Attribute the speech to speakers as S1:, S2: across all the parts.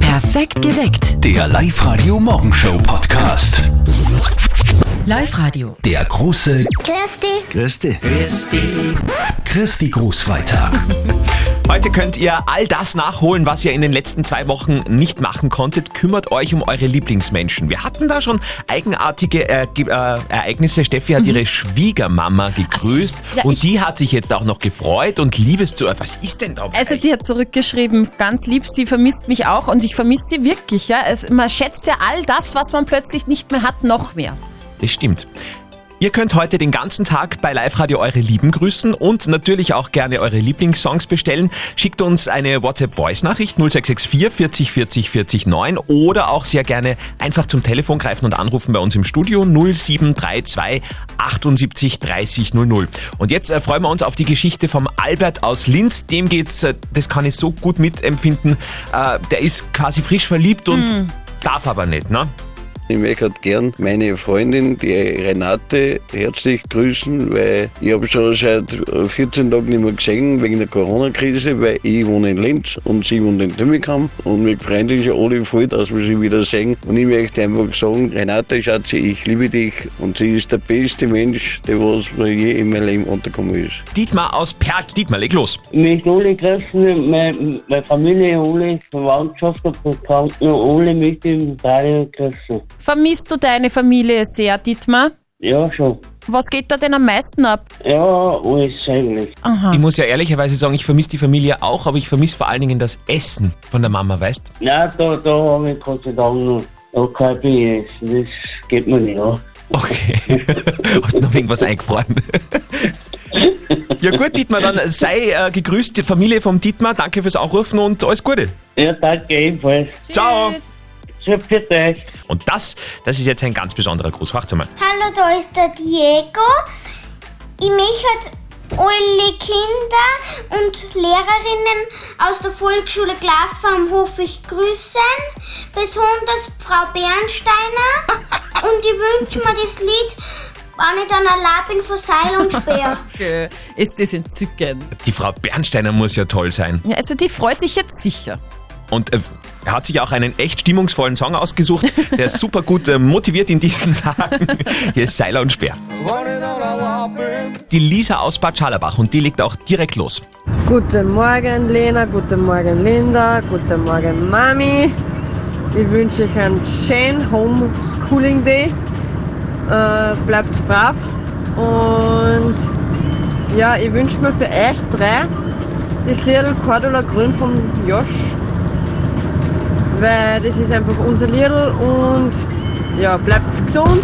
S1: Perfekt geweckt.
S2: Der Live-Radio Morgenshow Podcast.
S1: Live-Radio.
S2: Der große
S3: Grüß dich.
S2: Christi Grußfreitag.
S4: Heute könnt ihr all das nachholen, was ihr in den letzten zwei Wochen nicht machen konntet. Kümmert euch um eure Lieblingsmenschen. Wir hatten da schon eigenartige äh, Ge- äh, Ereignisse. Steffi hat ihre Schwiegermama gegrüßt
S5: Mhm. ja,
S4: und
S5: ich-
S4: die hat sich jetzt auch noch gefreut und Liebes zu euch. Was ist denn da?
S5: Also
S4: bei euch?
S5: die hat zurückgeschrieben, ganz lieb, sie vermisst mich auch und ich vermisse sie wirklich. Ja. Es, man schätzt ja all das, was man plötzlich nicht mehr hat, noch mehr.
S4: Das stimmt. Ihr könnt heute den ganzen Tag bei Live Radio eure Lieben grüßen und natürlich auch gerne eure Lieblingssongs bestellen. Schickt uns eine WhatsApp-Voice-Nachricht 0664 40 40 40 9 oder auch sehr gerne einfach zum Telefon greifen und anrufen bei uns im Studio 0732 78 30 00. Und jetzt äh, freuen wir uns auf die Geschichte vom Albert aus Linz. Dem geht's, äh, das kann ich so gut mitempfinden, äh, der ist quasi frisch verliebt und darf aber nicht, ne?
S6: Ich möchte halt gern meine Freundin, die Renate, herzlich grüßen, weil ich habe schon seit 14 Tagen nicht mehr gesehen wegen der Corona-Krise, weil ich wohne in Linz und sie wohnt in Tümmigheim und wir freuen uns ja alle voll, dass wir sie wieder sehen. Und ich möchte einfach sagen, Renate, Schatzi, ich liebe dich und sie ist der beste Mensch, der was mir je in meinem Leben untergekommen ist.
S4: Dietmar aus Perg. Dietmar, leg los.
S7: mich alle grüßen, meine, meine Familie, alle Verwandtschaft und Bekannten, alle mit im Radio grüßen.
S5: Vermisst du deine Familie sehr, Dietmar?
S7: Ja, schon.
S5: Was geht da denn am meisten ab?
S7: Ja, alles eigentlich.
S5: Ah.
S4: Ich muss ja ehrlicherweise sagen, ich vermisse die Familie auch, aber ich vermisse vor allen Dingen das Essen von der Mama, weißt?
S7: Nein, da, da habe ich Gott sei Dank noch, da kann ich essen, das geht mir nicht an.
S4: Okay. Hast du noch irgendwas eingefroren? ja gut, Dietmar, dann sei äh, gegrüßt, die Familie vom Dietmar. Danke fürs Aufrufen und alles Gute.
S7: Ja, danke ebenfalls.
S4: Ciao.
S5: Tschüss.
S7: Tschüss für euch.
S4: Und das, das ist jetzt ein ganz besonderer Gruß. Wacht einmal.
S3: Hallo, da ist der Diego. Ich möchte alle Kinder und Lehrerinnen aus der Volksschule Klaffer am Hof ich grüßen. Besonders Frau Bernsteiner. Und ich wünsche mir das Lied, wenn ich dann allein bin von Seil und Speer.
S5: Okay. Ist das entzückend?
S4: Die Frau Bernsteiner muss ja toll sein.
S5: Ja, also die freut sich jetzt sicher.
S4: Und äh, er hat sich auch einen echt stimmungsvollen Song ausgesucht, der super gut äh, motiviert in diesen Tagen. Hier ist Seiler und Speer. Die Lisa aus Bad Schallerbach und die legt auch direkt los.
S8: Guten Morgen Lena, guten Morgen Linda, guten Morgen Mami. Ich wünsche euch einen schönen Homeschooling Day. Äh, bleibt brav und ja, ich wünsche mir für euch drei das Liedl Cordula Grün vom Josh, weil das ist einfach unser Liedl und ja, bleibt gesund.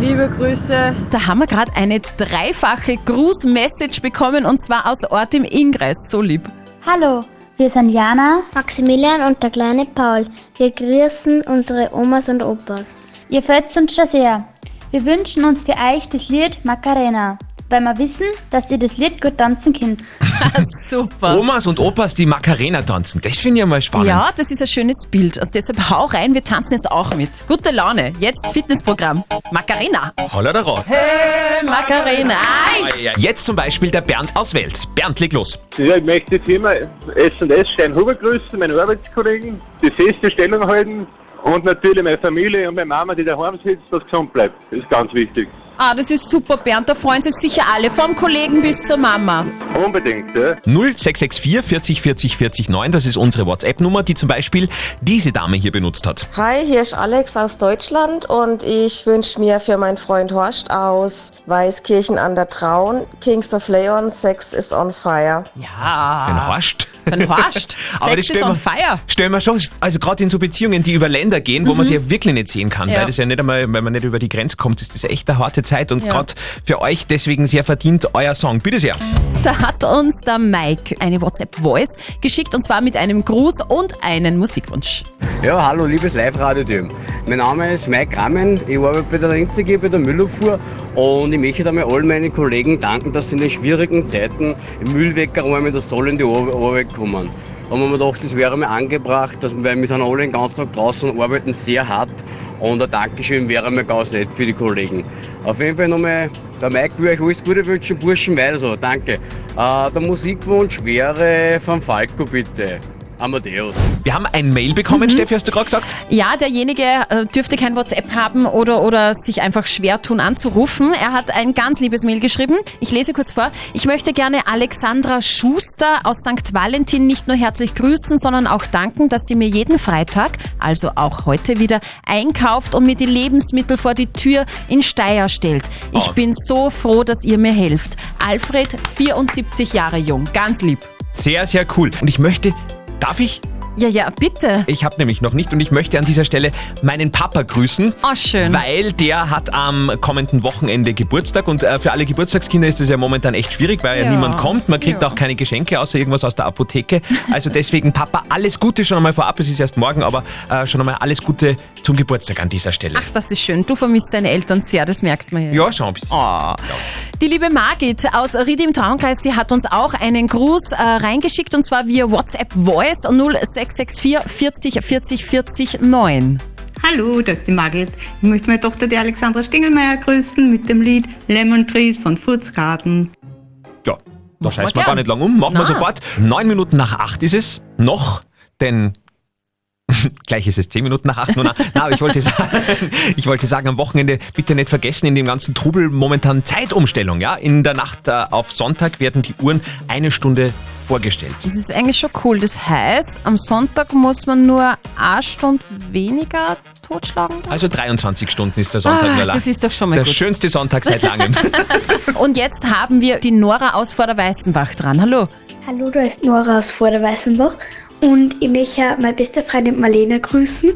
S8: Liebe Grüße,
S5: Da haben wir gerade eine dreifache Grußmessage bekommen und zwar aus Ort im Ingreis. So lieb.
S9: Hallo, wir sind Jana.
S3: Maximilian und der kleine Paul, wir grüßen unsere Omas und Opas.
S9: Ihr fällt uns schon sehr. Wir wünschen uns für euch das Lied Macarena, weil wir wissen, dass ihr das Lied gut tanzen könnt.
S5: Super.
S4: Omas und Opas, die Macarena tanzen. Das finde ich mal spannend.
S5: Ja, das ist ein schönes Bild. Und deshalb hau rein, wir tanzen jetzt auch mit. Gute Laune. Jetzt Fitnessprogramm. Macarena.
S4: Holla da rauf.
S5: Macarena.
S4: Jetzt zum Beispiel der Bernd aus Wels. Bernd, leg los.
S10: Ja, ich möchte die Firma S&S Steinhuber grüßen, meine Arbeitskollegen, die feste Stellung halten und natürlich meine Familie und meine Mama, die daheim sitzt, dass gesund bleibt. Das ist ganz wichtig.
S5: Ah, das ist super, Bernd. Da freuen sich sicher alle. Vom Kollegen bis zur Mama.
S10: Unbedingt, ja.
S4: 0664 40 40 40 9, das ist unsere WhatsApp-Nummer, die zum Beispiel diese Dame hier benutzt hat.
S11: Hi, hier ist Alex aus Deutschland und ich wünsche mir für meinen Freund Horst aus Weißkirchen an der Traun Kings of Leon, Sex is on Fire.
S4: Ein
S5: Ja.
S4: Horst.
S5: Ein Horst. Ah.
S4: Aber das
S5: Sex is
S4: stellen
S5: on
S4: wir-
S5: fire. Mhm.
S4: Stellen wir schon, also gerade in so Beziehungen, die über Länder gehen, wo man sie ja wirklich nicht sehen kann,
S5: Ja.
S4: weil das ja nicht einmal, wenn man nicht über die Grenze kommt, ist das echt eine harte Zeit und
S5: Ja.
S4: gerade für euch deswegen sehr verdient euer Song. Bitte sehr.
S5: Da hat uns der Mike eine WhatsApp-Voice geschickt und zwar mit einem Gruß und einen Musikwunsch.
S6: Ja, hallo liebes Live-Radio-Team. Mein Name ist Mike Rahmen, ich arbeite bei der Rinzige, bei der Müllabfuhr und ich möchte einmal all meinen Kollegen danken, dass sie in den schwierigen Zeiten Müll wegräumen, dass sie alle in die Ar- Arbeit kommen. Und man gedacht, das wäre mir angebracht, dass, weil wir sind alle den ganzen Tag draußen und arbeiten sehr hart und ein Dankeschön wäre mir ganz nett für die Kollegen. Auf jeden Fall nochmal, der Mike will euch alles Gute wünschen, Burschen, weiter so, danke. Äh, der Musikwunsch wäre von Falco bitte. Amadeus.
S4: Wir haben ein Mail bekommen,
S5: Mhm.
S4: Steffi, hast du gerade gesagt?
S5: Ja, derjenige äh, dürfte kein WhatsApp haben oder, oder sich einfach schwer tun anzurufen. Er hat ein ganz liebes Mail geschrieben. Ich lese kurz vor. Ich möchte gerne Alexandra Schuster aus St. Valentin nicht nur herzlich grüßen, sondern auch danken, dass sie mir jeden Freitag, also auch heute wieder, einkauft und mir die Lebensmittel vor die Tür in Steyr stellt. Ich
S4: Oh.
S5: bin so froh, dass ihr mir helft. Alfred, 74 Jahre jung. Ganz lieb.
S4: Sehr, sehr cool. Und ich möchte, darf ich?
S5: Ja, ja, bitte.
S4: Ich habe nämlich noch nicht und ich möchte an dieser Stelle meinen Papa grüßen.
S5: Oh, schön.
S4: Weil der hat am kommenden Wochenende Geburtstag und äh, für alle Geburtstagskinder ist es ja momentan echt schwierig, weil ja,
S5: Ja.
S4: niemand kommt. Man kriegt
S5: Ja.
S4: auch keine Geschenke, außer irgendwas aus der Apotheke. Also deswegen, Papa, alles Gute schon einmal vorab. Es ist erst morgen, aber äh, schon einmal alles Gute zum Geburtstag an dieser Stelle.
S5: Ach, das ist schön. Du vermisst deine Eltern sehr, das merkt man ja.
S4: ja, schon ein bisschen.
S5: Die liebe Margit aus Ried im Traumkreis, die hat uns auch einen Gruß äh, reingeschickt und zwar via WhatsApp Voice 0664 40 40 40 9.
S12: Hallo, das ist die Margit. Ich möchte meine Tochter, die Alexandra Stingelmeier, grüßen mit dem Lied Lemon Trees von Furzgarten.
S4: Ja, da scheißen wir
S12: gern.
S4: gar nicht lang um. Machen wir
S12: Na.
S4: sofort. Neun Minuten nach acht ist es. Noch, denn. Gleich ist es zehn Minuten nach acht. Nur na, na, aber ich wollte, sagen, ich wollte sagen, am Wochenende bitte nicht vergessen, in dem ganzen Trubel momentan Zeitumstellung. Ja? In der Nacht äh, auf Sonntag werden die Uhren eine Stunde vorgestellt.
S5: Das ist eigentlich schon cool. Das heißt, am Sonntag muss man nur eine Stunde weniger totschlagen.
S4: Also 23 Stunden ist der Sonntag
S5: Ah,
S4: nur lang.
S5: das ist doch schon mal
S4: Der
S5: gut.
S4: schönste Sonntag seit langem.
S5: Und jetzt haben wir die Nora aus Vorderweißenbach dran. Hallo.
S13: Hallo, da ist Nora aus Vorderweißenbach und ich möchte ja meine beste Freundin Marlene grüßen.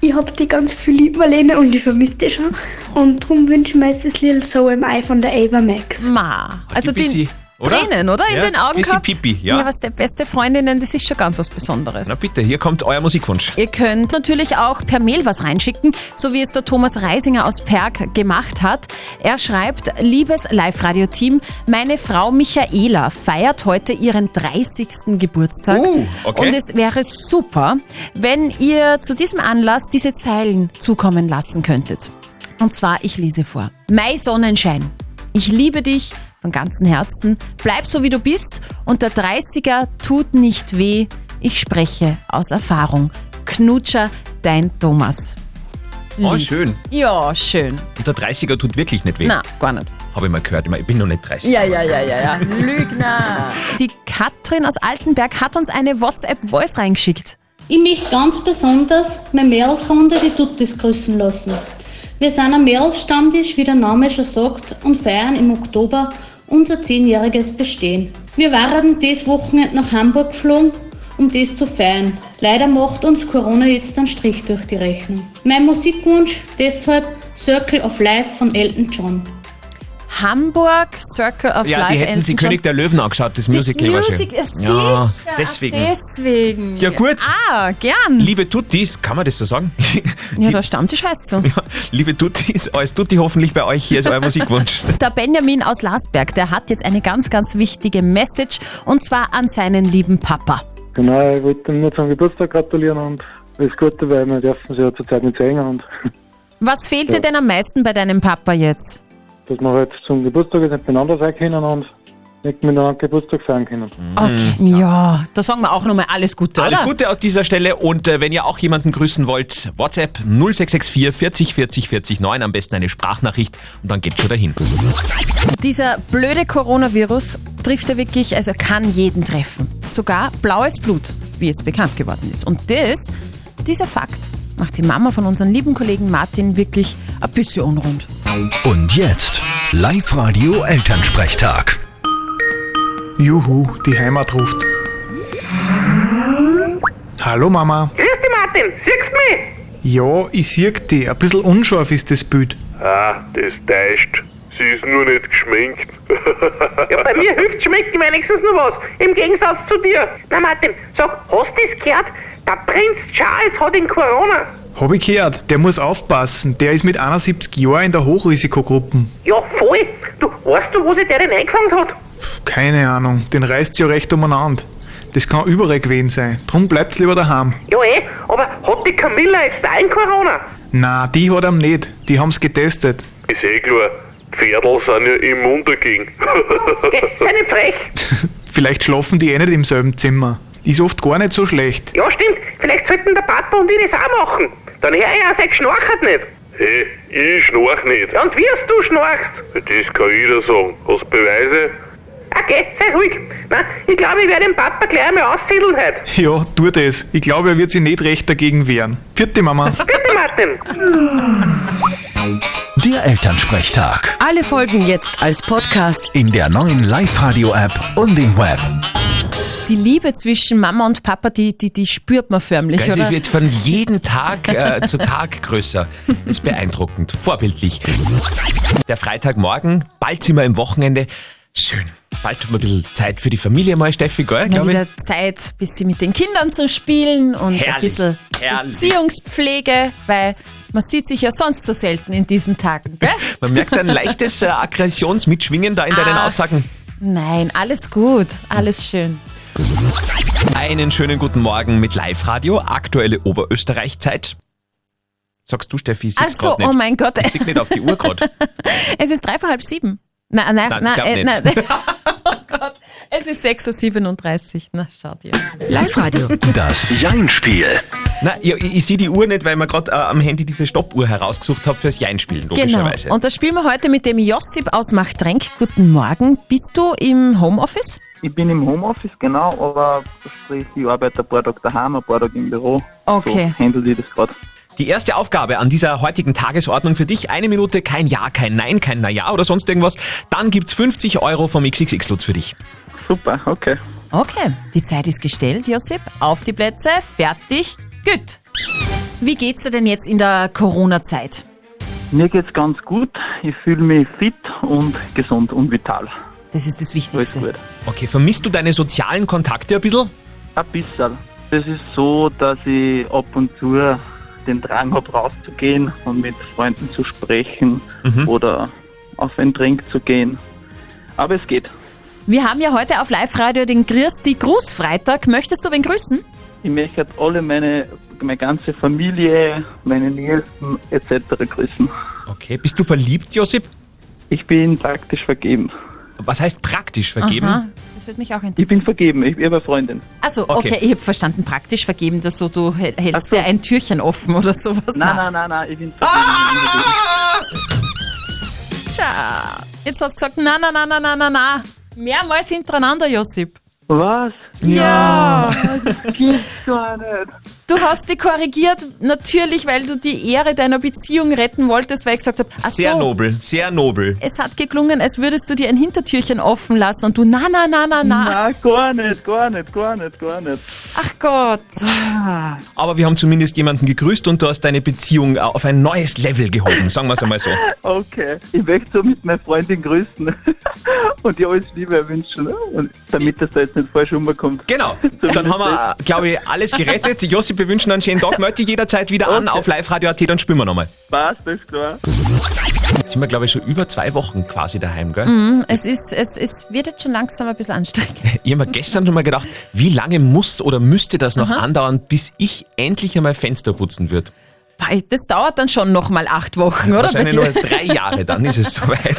S13: Ich hab die ganz viel lieb, Marlene, und ich vermisse dich schon. Und darum wünsche ich mir jetzt das Little So Am I von der Ava Max.
S5: Ma. Also
S4: die
S5: die
S4: Bissi, oder?
S5: Tränen, oder? In
S4: Ja,
S5: den Augen
S4: Bissi
S5: gehabt.
S4: Pipi, ja.
S5: ja, was der beste Freundinnen, das ist schon ganz was Besonderes.
S4: Na bitte, hier kommt euer Musikwunsch.
S5: Ihr könnt natürlich auch per Mail was reinschicken, so wie es der Thomas Reisinger aus Perg gemacht hat. Er schreibt, liebes Live-Radio-Team, meine Frau Michaela feiert heute ihren 30. Geburtstag.
S14: Uh, okay.
S5: Und es wäre super, wenn ihr zu diesem Anlass diese Zeilen zukommen lassen könntet. Und zwar, ich lese vor. Mai Sonnenschein, ich liebe dich von ganzem Herzen. Bleib so, wie du bist und der 30er tut nicht weh. Ich spreche aus Erfahrung. Knutscher, dein Thomas.
S4: Oh,
S5: Lieb.
S4: schön.
S5: Ja, schön.
S4: Und der 30er tut wirklich nicht weh.
S5: Na, gar nicht.
S4: Habe ich mal gehört. Ich, mein, ich bin noch nicht 30.
S5: Ja, ja, ja, ja, ja. Lügner. Die Katrin aus Altenberg hat uns eine WhatsApp-Voice reingeschickt.
S15: Ich möchte ganz besonders meine Mädelsrunde, die Tuttis grüßen lassen. Wir sind ein Mädelstammtisch, wie der Name schon sagt, und feiern im Oktober unser zehnjähriges Bestehen. Wir waren dieses Wochenende nach Hamburg geflogen, um das zu feiern. Leider macht uns Corona jetzt einen Strich durch die Rechnung. Mein Musikwunsch deshalb Circle of Life von Elton John.
S5: Hamburg, Circle of
S4: Ja,
S5: Life.
S4: die hätten sie
S5: Elton John.
S4: König der Löwen angeschaut, das,
S5: Das
S4: Musical
S5: Music,
S4: wahrscheinlich.
S5: es
S4: Ja,
S5: sicher.
S4: deswegen.
S5: Deswegen.
S4: Ja, gut.
S5: Ah, gern.
S4: Liebe Tuttis, kann man das so sagen?
S5: Ja, der Stammtisch heißt so.
S4: Liebe Tuttis, alles Tutti hoffentlich bei euch. Hier ist euer Musikwunsch.
S5: Der Benjamin aus Lasberg, der hat jetzt eine ganz, ganz wichtige Message und zwar an seinen lieben Papa.
S16: Genau, ich wollte nur zum Geburtstag gratulieren und alles Gute, weil wir dürfen sie ja zurzeit nicht sehen und
S5: Was fehlt
S16: Ja.
S5: dir denn am meisten bei deinem Papa jetzt?
S16: dass wir halt zum Geburtstag jetzt nicht miteinander sein können und nicht miteinander Geburtstag feiern können.
S5: Okay. Ja, da sagen wir auch nochmal alles Gute,
S4: Hm. Alles
S5: oder?
S4: Gute aus dieser Stelle und äh, wenn ihr auch jemanden grüßen wollt, WhatsApp 0664 40 40 40 9, am besten eine Sprachnachricht und dann geht's schon dahin.
S5: Dieser blöde Coronavirus trifft ja wirklich, also kann jeden treffen. Sogar blaues Blut, wie jetzt bekannt geworden ist. Und das, dieser Fakt, macht die Mama von unserem lieben Kollegen Martin wirklich ein bisschen unrund.
S2: Und jetzt Live-Radio Elternsprechtag.
S17: Juhu, die Heimat ruft. Hallo Mama.
S18: Grüß dich, Martin. Siehst du mich?
S17: Ja, ich sieg die. Ein bisschen unscharf ist das Bild.
S19: Ah, das täuscht. Sie ist nur nicht geschminkt.
S18: Ja, bei mir hilft schmecken wenigstens noch was. Im Gegensatz zu dir. Na, Martin, sag, hast du das gehört? Der Prinz Charles hat den Corona.
S17: Hab ich gehört, der muss aufpassen. Der ist mit 71 Jahren in der Hochrisikogruppe.
S18: Ja, voll. Du, weißt du, wo sich der denn eingefangen hat?
S17: Puh, Keine Ahnung, den reißt ja recht umeinander. Das kann überall gewesen sein. Drum bleibt's lieber daheim.
S18: Ja, eh, aber hat die Camilla jetzt auch ein Corona?
S17: Na, die hat am nicht. Die haben's getestet.
S19: Ist eh klar. Pferdl sind ja immun dagegen.
S18: Geh, sei nicht frech.
S17: Vielleicht schlafen die eh nicht im selben Zimmer. Ist oft gar nicht so schlecht.
S18: Ja, stimmt. Vielleicht sollten der Papa und ich das auch machen. Dann hör ich auch, sie schnarchert nicht.
S19: Hey, ich schnarch nicht.
S18: Ja, und wie es du schnarchst.
S19: Das kann jeder sagen. Hast du Beweise?
S18: Okay, Ah, sei ruhig. Na, ich glaube, ich werde den Papa gleich einmal aussiedeln heute.
S17: Ja, tu das. Ich glaube, er wird sich nicht recht dagegen wehren. Vierte Mama.
S18: Bitte, Martin.
S2: Der Elternsprechtag.
S1: Alle Folgen jetzt als Podcast.
S2: In der neuen Live-Radio-App und im Web.
S5: Die Liebe zwischen Mama und Papa, die, die, die spürt man förmlich,
S4: Geil,
S5: oder?
S4: sie wird von jedem Tag äh, zu Tag größer. Ist beeindruckend, vorbildlich. Der Freitagmorgen, bald sind wir im Wochenende. Schön. Bald haben wir ein bisschen Zeit für die Familie mal, Steffi, gell?
S5: Mal
S4: glaub ich.
S5: wieder Zeit, bis sie mit den Kindern zu spielen und ein
S4: Herrlich,
S5: bisschen
S4: herrlich.
S5: Beziehungspflege, weil man sieht sich ja sonst so selten in diesen Tagen, gell?
S4: Man merkt ein leichtes äh, Aggressionsmitschwingen da in deinen
S5: Ah.
S4: Aussagen.
S5: Nein, alles gut, alles schön.
S4: Einen schönen guten Morgen mit Live-Radio, aktuelle Oberösterreich-Zeit. Sagst du, Steffi, ich
S5: Ach
S4: sitz
S5: so,
S4: grad nicht.
S5: oh mein Gott.
S4: Ich sieg nicht auf die Uhr gerade.
S5: Es ist drei vor halb sieben. Nein, nein,
S4: Nein,
S5: nein,
S4: glaub
S5: äh, nein.
S4: nicht.
S5: Oh Gott, es ist 6.37 Uhr. Na, schaut ihr.
S1: Live-Radio.
S2: Das Jein-Spiel.
S4: Na, ja, ich, ich sehe die Uhr nicht, weil man gerade äh, am Handy diese Stoppuhr herausgesucht habe fürs Jeinspielen,
S5: Genau.
S4: logischerweise.
S5: Und das spielen wir heute mit dem Josip aus Machtrenk. Guten Morgen. Bist du im Homeoffice?
S14: Ich bin im Homeoffice, genau, aber sprich, ich arbeite ein paar Tage daheim, ein paar Tage im Büro.
S5: Okay.
S14: So handle ich das gerade.
S4: Die erste Aufgabe an dieser heutigen Tagesordnung für dich, eine Minute, kein Ja, kein Nein, kein Naja oder sonst irgendwas. Dann gibt's 50 Euro vom XXX Lutz für dich.
S14: Super, okay.
S5: Okay, die Zeit ist gestellt, Josip. Auf die Plätze, fertig, gut. Wie geht's dir denn jetzt in der Corona-Zeit?
S14: Mir geht's ganz gut, ich fühle mich fit und gesund und vital.
S5: Das ist das Wichtigste.
S14: Alles gut.
S4: Okay, vermisst du deine sozialen Kontakte ein bisschen?
S14: Ein bisschen. Das ist so, dass ich ab und zu den Drang habe, rauszugehen und mit Freunden zu sprechen
S20: Mhm.
S14: oder auf einen Drink zu gehen. Aber es geht.
S5: Wir haben ja heute auf Live-Radio den Christi Grußfreitag. Möchtest du wen grüßen?
S14: Ich möchte alle meine, meine ganze Familie, meine Nähesten etc. grüßen.
S4: Okay, bist du verliebt, Josip?
S14: Ich bin praktisch vergeben.
S4: Was heißt praktisch vergeben?
S5: Aha, das würde mich auch interessieren.
S14: Ich bin vergeben, ich habe eine Freundin.
S5: Also, okay,
S14: Okay.
S5: ich habe verstanden, praktisch vergeben, dass so, du häl- hältst dir ein Türchen offen oder sowas.
S14: Nein,
S5: Na.
S14: nein, nein, nein, ich bin vergeben.
S5: Tja, jetzt hast du gesagt, na, na, na, na, na, na, na. Mehrmals hintereinander, Josip.
S14: Was?
S5: Ja.
S14: das gibt's gar nicht.
S5: Du hast die korrigiert, natürlich, weil du die Ehre deiner Beziehung retten wolltest, weil ich gesagt habe, ach
S4: Sehr
S5: so,
S4: nobel, sehr nobel.
S5: es hat geklungen, als würdest du dir ein Hintertürchen offen lassen und du, na, na, na, na, na.
S14: Nein, Ah, gar nicht, gar nicht, gar nicht, gar nicht.
S5: Ach Gott.
S4: Aber wir haben zumindest jemanden gegrüßt und du hast deine Beziehung äh, auf ein neues Level gehoben, sagen wir es einmal so.
S14: Okay, ich möchte somit meine Freundin grüßen und ihr alles Liebe wünschen, und damit das da jetzt nicht falsch rumkommt.
S4: Genau, Dann haben wir, äh, glaube ich, alles gerettet. Josip, wir wünschen einen schönen Tag. Meld dich jederzeit wieder an auf liveradio.at, dann spielen wir nochmal.
S14: Passt, ist klar.
S4: Jetzt sind wir, glaube ich, schon über zwei Wochen quasi daheim, gell?
S5: Mhm, es, ist, es, es wird jetzt schon langsam ein bisschen anstrengend.
S4: Ich habe mir gestern schon mal gedacht, wie lange muss oder müsste das noch
S5: Aha.
S4: andauern, bis ich endlich einmal Fenster putzen würde?
S5: Weil Das dauert dann schon nochmal acht Wochen, oder? Bei
S4: Wahrscheinlich
S5: dir?
S4: nur drei Jahre, dann ist es soweit.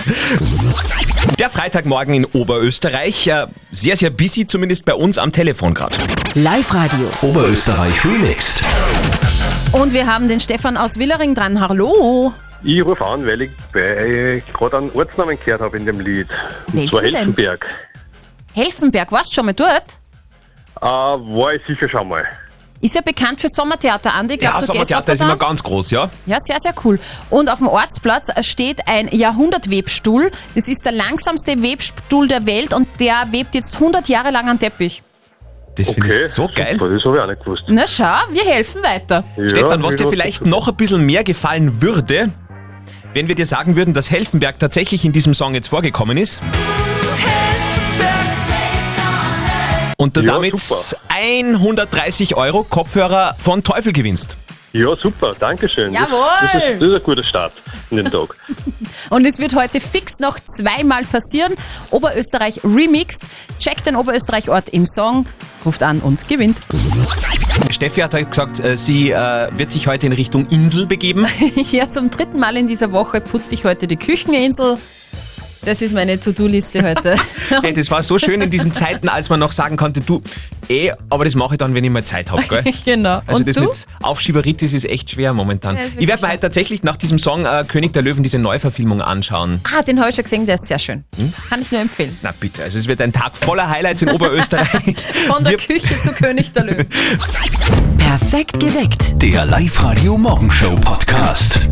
S4: Der Freitagmorgen in Oberösterreich, äh, sehr, sehr busy, zumindest bei uns am Telefon gerade.
S1: Live-Radio.
S2: Oberösterreich Remixed.
S5: Und wir haben den Stefan aus Willering dran. Hallo.
S20: Ich rufe an, weil ich bei- gerade einen Ortsnamen gehört habe in dem Lied.
S5: Welchen
S20: und zwar
S5: denn?
S20: Helfenberg.
S5: Helfenberg, warst du schon mal dort?
S20: Äh, war ich sicher schon mal.
S5: Ist ja bekannt für Sommertheater, Andi. Glaub,
S4: Ja,
S5: du gehst
S4: Sommertheater
S5: auch
S4: ist immer
S5: da?
S4: ganz groß, ja?
S5: Ja, sehr, sehr cool. Und auf dem Ortsplatz steht ein Jahrhundertwebstuhl. Das ist der langsamste Webstuhl der Welt und der webt jetzt 100 Jahre lang einen Teppich.
S4: Das finde ich so geil.
S20: das habe ich auch nicht gewusst.
S5: Na schau, wir helfen weiter.
S4: Stefan, was dir vielleicht noch ein bisschen mehr gefallen würde, wenn wir dir sagen würden, dass Helfenberg tatsächlich in diesem Song jetzt vorgekommen ist. Und du damit 130 Euro Kopfhörer von Teufel gewinnst.
S20: Ja, super, danke schön.
S5: Jawohl.
S20: Das ist, das ist ein guter Start in den Tag.
S5: Und es wird heute fix noch zweimal passieren. Oberösterreich remixed. Checkt den Oberösterreich-Ort im Song, ruft an und gewinnt.
S4: Steffi hat heute gesagt, äh, sie äh, wird sich heute in Richtung Insel begeben.
S5: Ja, zum dritten Mal in dieser Woche putze ich heute die Kücheninsel. Das ist meine To-Do-Liste heute.
S4: Hey, das war so schön in diesen Zeiten, als man noch sagen konnte, du, eh, aber das mache ich dann, wenn ich mal Zeit habe, gell?
S5: genau.
S4: Also
S5: Und
S4: das
S5: du?
S4: mit Aufschieberitis ist echt schwer momentan.
S5: Ja, ist wirklich
S4: ich werde mir halt tatsächlich nach diesem Song äh, König der Löwen diese Neuverfilmung anschauen.
S5: Ah, den habe ich schon gesehen, der ist sehr schön.
S4: Hm?
S5: Kann ich nur empfehlen.
S4: Na bitte, also es wird ein Tag voller Highlights in Oberösterreich.
S5: Von der Küche zu König der Löwen.
S1: Perfekt geweckt.
S2: Der Live-Radio Morgenshow Podcast.